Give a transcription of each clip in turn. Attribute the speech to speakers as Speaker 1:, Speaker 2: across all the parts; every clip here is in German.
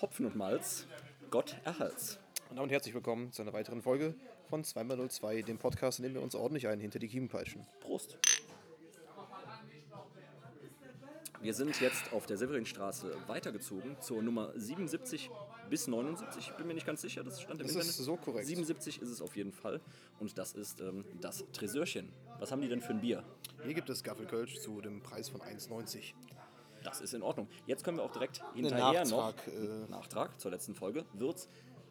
Speaker 1: Hopfen und Malz, Gott erhalts.
Speaker 2: Und damit herzlich willkommen zu einer weiteren Folge von 2x02, dem Podcast, in dem wir uns ordentlich einen hinter die Kiemen peitschen.
Speaker 1: Prost. Wir sind jetzt auf der Severinstraße weitergezogen zur Nummer 77 bis 79. Ich bin mir nicht ganz sicher, das stand im
Speaker 2: Das ist
Speaker 1: Internet.
Speaker 2: so korrekt.
Speaker 1: 77 ist es auf jeden Fall. Und das ist ähm, das Tresurchen. Was haben die denn für ein Bier?
Speaker 2: Hier gibt es Gaffelkölsch zu dem Preis von 1,90.
Speaker 1: Das ist in Ordnung. Jetzt können wir auch direkt
Speaker 2: Ein
Speaker 1: hinterher noch.
Speaker 2: Nachtrag. Äh,
Speaker 1: Nachtrag zur letzten Folge. Würz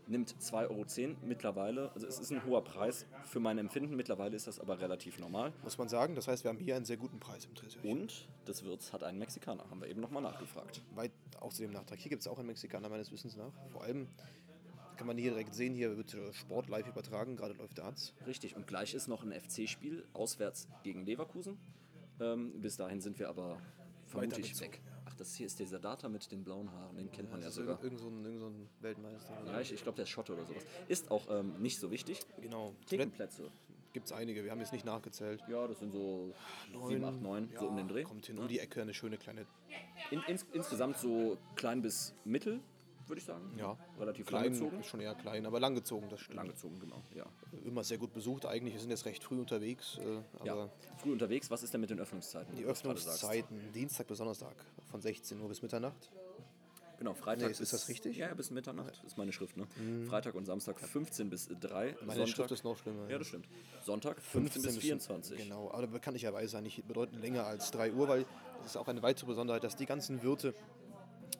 Speaker 1: nimmt 2,10 Euro mittlerweile. Also es ist ein hoher Preis für mein Empfinden. Mittlerweile ist das aber relativ normal.
Speaker 2: muss man sagen, das heißt, wir haben hier einen sehr guten Preis im Tresor.
Speaker 1: Und das Würz hat einen Mexikaner, haben wir eben nochmal nachgefragt.
Speaker 2: Weit auch zu dem Nachtrag. Hier gibt es auch einen Mexikaner, meines Wissens nach. Vor allem kann man hier direkt sehen, hier wird äh, Sport live übertragen, gerade läuft Darts.
Speaker 1: Richtig, und gleich ist noch ein FC-Spiel auswärts gegen Leverkusen. Ähm, bis dahin sind wir aber vermutlich
Speaker 2: gezogen,
Speaker 1: weg. Ach, das hier ist dieser Data mit den blauen Haaren, den kennt man ja
Speaker 2: Das ist
Speaker 1: sogar.
Speaker 2: irgend, irgend, so ein, irgend so ein Weltmeister.
Speaker 1: Ja, ich, ich glaube, der ist Schotte oder sowas. Ist auch ähm, nicht so wichtig.
Speaker 2: Genau.
Speaker 1: Thekenplätze.
Speaker 2: Gibt es einige, wir haben jetzt nicht nachgezählt.
Speaker 1: Ja, das sind so 7, 8, 9, so um den Dreh.
Speaker 2: Kommt hin um die Ecke, eine schöne kleine
Speaker 1: In, ins, insgesamt so klein bis mittel, würde ich sagen.
Speaker 2: Ja.
Speaker 1: Relativ
Speaker 2: klein,
Speaker 1: langgezogen.
Speaker 2: ist schon eher klein, aber langgezogen, das stimmt.
Speaker 1: Langgezogen, genau, ja.
Speaker 2: Immer sehr gut besucht eigentlich. Wir sind jetzt recht früh unterwegs, äh, aber
Speaker 1: ja. Früh unterwegs, was ist denn mit den Öffnungszeiten?
Speaker 2: die
Speaker 1: die du gerade sagst?
Speaker 2: Öffnungszeiten, Dienstag bis Donnerstag, von 16 Uhr bis Mitternacht.
Speaker 1: Genau, Freitag
Speaker 2: Nee, ist- ist das richtig? Mhm.
Speaker 1: Ja, ja, bis Mitternacht ist meine Schrift, ne? Freitag und Samstag 15 bis 3.
Speaker 2: Meine Schrift ist noch schlimmer.
Speaker 1: Ja, das stimmt. Sonntag 15, bis 24.
Speaker 2: Genau, aber bekanntlicherweise eigentlich bedeutend länger als 3 Uhr, weil es ist auch eine weitere Besonderheit, dass die ganzen Wirte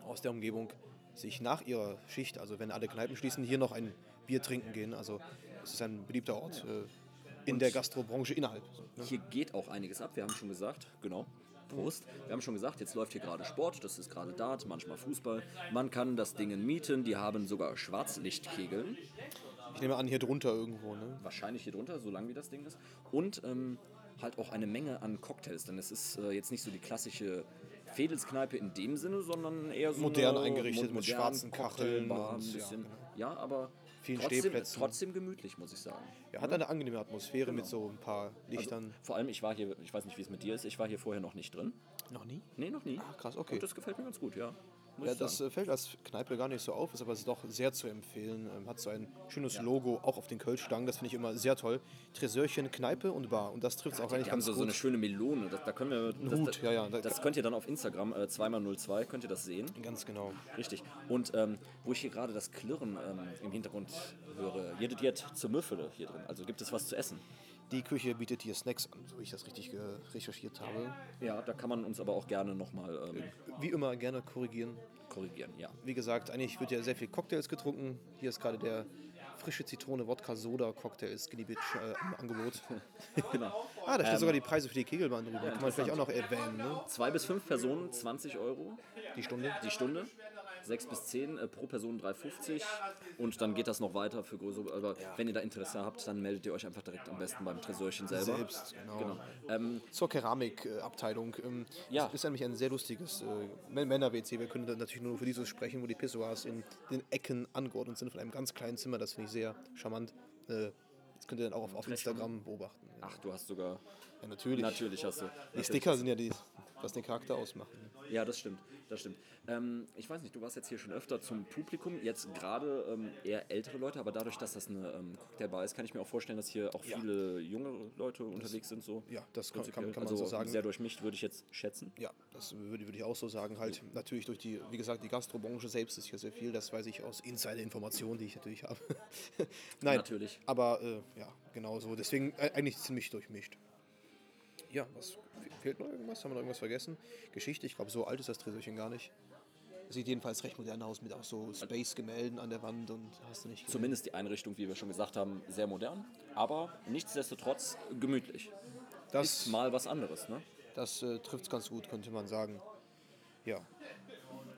Speaker 2: aus der Umgebung sich nach ihrer Schicht, also wenn alle Kneipen schließen, hier noch ein Bier trinken gehen. Also es ist ein beliebter Ort äh, in der Gastrobranche innerhalb.
Speaker 1: Hier geht auch einiges ab, wir haben schon gesagt, genau. Prost. Wir haben schon gesagt, jetzt läuft hier gerade Sport, das ist gerade Dart, manchmal Fußball. Man kann das Ding mieten, die haben sogar Schwarzlichtkegeln.
Speaker 2: Ich nehme an, hier drunter irgendwo. Ne?
Speaker 1: wahrscheinlich hier drunter, so lang wie das Ding ist. Und ähm, halt auch eine Menge an Cocktails, denn es ist äh, jetzt nicht so die klassische Fedelskneipe in dem Sinne, sondern eher so
Speaker 2: Modern
Speaker 1: eine
Speaker 2: eingerichtet mit
Speaker 1: modernen
Speaker 2: schwarzen Kacheln
Speaker 1: Cocktailbar,
Speaker 2: und-
Speaker 1: ein
Speaker 2: ja,
Speaker 1: bisschen. Ja,
Speaker 2: genau.
Speaker 1: aber
Speaker 2: Vielen
Speaker 1: trotzdem,
Speaker 2: Stehplätzen.
Speaker 1: trotzdem gemütlich, muss ich sagen.
Speaker 2: Ja, hat eine angenehme Atmosphäre mit so ein paar Lichtern.
Speaker 1: Vor allem, ich war hier, ich weiß nicht, wie es mit dir ist, ich war hier vorher noch nicht drin.
Speaker 2: noch nie?
Speaker 1: Nee, Also, noch nie.
Speaker 2: Ah, krass, okay.
Speaker 1: Und das gefällt mir ganz gut, ja. Muss
Speaker 2: Ja,
Speaker 1: ich
Speaker 2: das
Speaker 1: sagen.
Speaker 2: äh, fällt als Kneipe gar nicht so auf, ist aber doch sehr zu empfehlen. Ähm, Hat so ein schönes Logo auch auf den Kölschstangen, das finde ich immer sehr toll. Tresörchen, Kneipe und Bar. Und das trifft es auch eigentlich
Speaker 1: Die haben
Speaker 2: ganz
Speaker 1: so,
Speaker 2: gut.
Speaker 1: so eine schöne Melone. Das, da können wir. Das,
Speaker 2: Hut,
Speaker 1: das,
Speaker 2: ja, ja.
Speaker 1: das könnt ihr dann auf Instagram äh, 2x02, könnt ihr das sehen.
Speaker 2: ganz genau.
Speaker 1: Richtig. Und ähm, wo ich hier gerade das Klirren ähm, im Hintergrund höre, jedet jetzt zur Müffele hier drin. Also gibt es was zu essen.
Speaker 2: Die Küche bietet hier Snacks an, so wie ich das richtig ge- recherchiert habe.
Speaker 1: Ja, da kann man uns aber auch gerne nochmal ähm,
Speaker 2: Wie immer gerne korrigieren.
Speaker 1: korrigieren. Ja.
Speaker 2: Wie gesagt, eigentlich wird ja sehr viel Cocktails getrunken. Hier ist gerade der frische Zitrone Wodka Soda Cocktail Skinny Bitch äh, im Angebot.
Speaker 1: genau.
Speaker 2: ah, da steht sogar die Preise für die Kegelbahn drüber. Kann man vielleicht auch noch erwähnen, ne?
Speaker 1: Zwei bis fünf Personen, 20 Euro
Speaker 2: Die Stunde.
Speaker 1: die Stunde. Sechs bis zehn, äh, pro Person 3,50. Und dann geht das noch weiter für größere. Aber wenn ihr da Interesse habt, dann meldet ihr euch einfach direkt am besten beim Tresorchen selber.
Speaker 2: Selbst, genau.
Speaker 1: Genau. Ähm,
Speaker 2: Zur Keramikabteilung. Ähm,
Speaker 1: Ja.
Speaker 2: Es ist nämlich ein sehr lustiges äh, Män- Männer-WC. Wir können da natürlich nur für dieses sprechen, wo die Pissoirs in den Ecken angeordnet sind von einem ganz kleinen Zimmer. Das finde ich sehr charmant. Äh, das könnt ihr dann auch auf, auf Instagram beobachten. Ja,
Speaker 1: ach, du hast sogar.
Speaker 2: ja natürlich.
Speaker 1: Natürlich hast du.
Speaker 2: Die Sticker sind ja die, was den Charakter ausmachen.
Speaker 1: Ja, das stimmt, das stimmt. Ähm, ich weiß nicht, du warst jetzt hier schon öfter zum Publikum, jetzt gerade ähm, eher ältere Leute, aber dadurch, dass das eine ähm, Cocktailbar ist, kann ich mir auch vorstellen, dass hier auch viele junge Leute unterwegs sind. So
Speaker 2: ja, das kann- kann-
Speaker 1: Prinzipiell.
Speaker 2: kann man
Speaker 1: also
Speaker 2: so sagen.
Speaker 1: Sehr durchmischt würde ich jetzt schätzen.
Speaker 2: Ja, das würde, würde ich auch so sagen. Halt natürlich durch die, wie gesagt, die Gastrobranche selbst ist hier sehr viel. Das weiß ich aus Insider-Informationen, die ich natürlich habe. Nein,
Speaker 1: Natürlich.
Speaker 2: Aber äh, ja, genau so. Deswegen äh, eigentlich ziemlich durchmischt. Ja, was fehlt noch irgendwas? Haben wir noch irgendwas vergessen? Geschichte, ich glaube, so alt ist das Tresorchen gar nicht. Sieht jedenfalls recht modern aus mit auch so Space-Gemälden an der Wand und hast du nicht gesehen.
Speaker 1: Zumindest die Einrichtung, wie wir schon gesagt haben, sehr modern, aber nichtsdestotrotz gemütlich.
Speaker 2: Das,
Speaker 1: Mal was anderes, ne?
Speaker 2: das äh, trifft es ganz gut, könnte man sagen. Ja.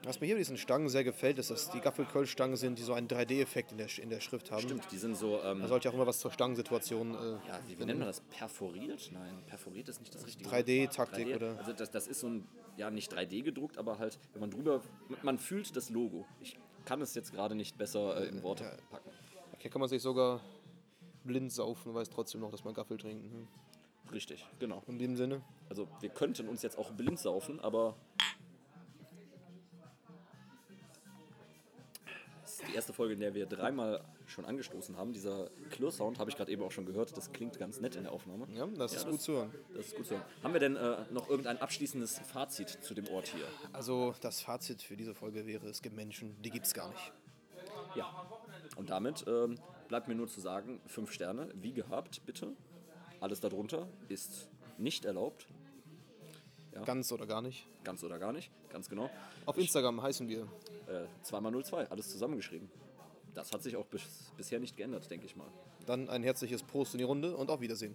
Speaker 2: Was mir hier bei diesen Stangen sehr gefällt, ist, dass die Gaffelkölsch-Stangen sind, die so einen 3D-Effekt in der, Sch- in der Schrift haben.
Speaker 1: Stimmt, die sind so. Ähm,
Speaker 2: Man sollte ja auch immer was zur Stangensituation. Äh,
Speaker 1: ja, wie, wie nennt man das? Perforiert? Nein, perforiert ist nicht das richtige
Speaker 2: 3D-Taktik,
Speaker 1: 3D,
Speaker 2: oder?
Speaker 1: Also das, das ist so ein, ja nicht 3D gedruckt, aber halt, wenn man drüber, man fühlt das Logo. Ich kann es jetzt gerade nicht besser äh, in Worte packen.
Speaker 2: Hier kann man sich sogar blind saufen und weiß trotzdem noch, dass man Gaffel trinkt. ne?
Speaker 1: Richtig, genau.
Speaker 2: In dem Sinne.
Speaker 1: Also wir könnten uns jetzt auch blind saufen, aber die erste Folge, in der wir dreimal schon angestoßen haben. Dieser Klirr-Sound habe ich gerade eben auch schon gehört. Das klingt ganz nett in der Aufnahme.
Speaker 2: Ja, das ist gut zu hören.
Speaker 1: Das ist gut so. Haben wir denn äh, noch irgendein abschließendes Fazit zu dem Ort hier?
Speaker 2: Also das Fazit für diese Folge wäre, es gibt Menschen, die gibt's gar nicht.
Speaker 1: Ja. Und damit ähm, bleibt mir nur zu sagen, fünf Sterne, wie gehabt, bitte. Alles darunter ist nicht erlaubt,
Speaker 2: Ganz oder gar nicht.
Speaker 1: ganz oder gar nicht, ganz genau.
Speaker 2: Auf Instagram heißen wir
Speaker 1: Äh, 2x02, alles zusammengeschrieben. Das hat sich auch bis, bisher nicht geändert, denke ich mal.
Speaker 2: dann ein herzliches Prost in die Runde und auf Wiedersehen.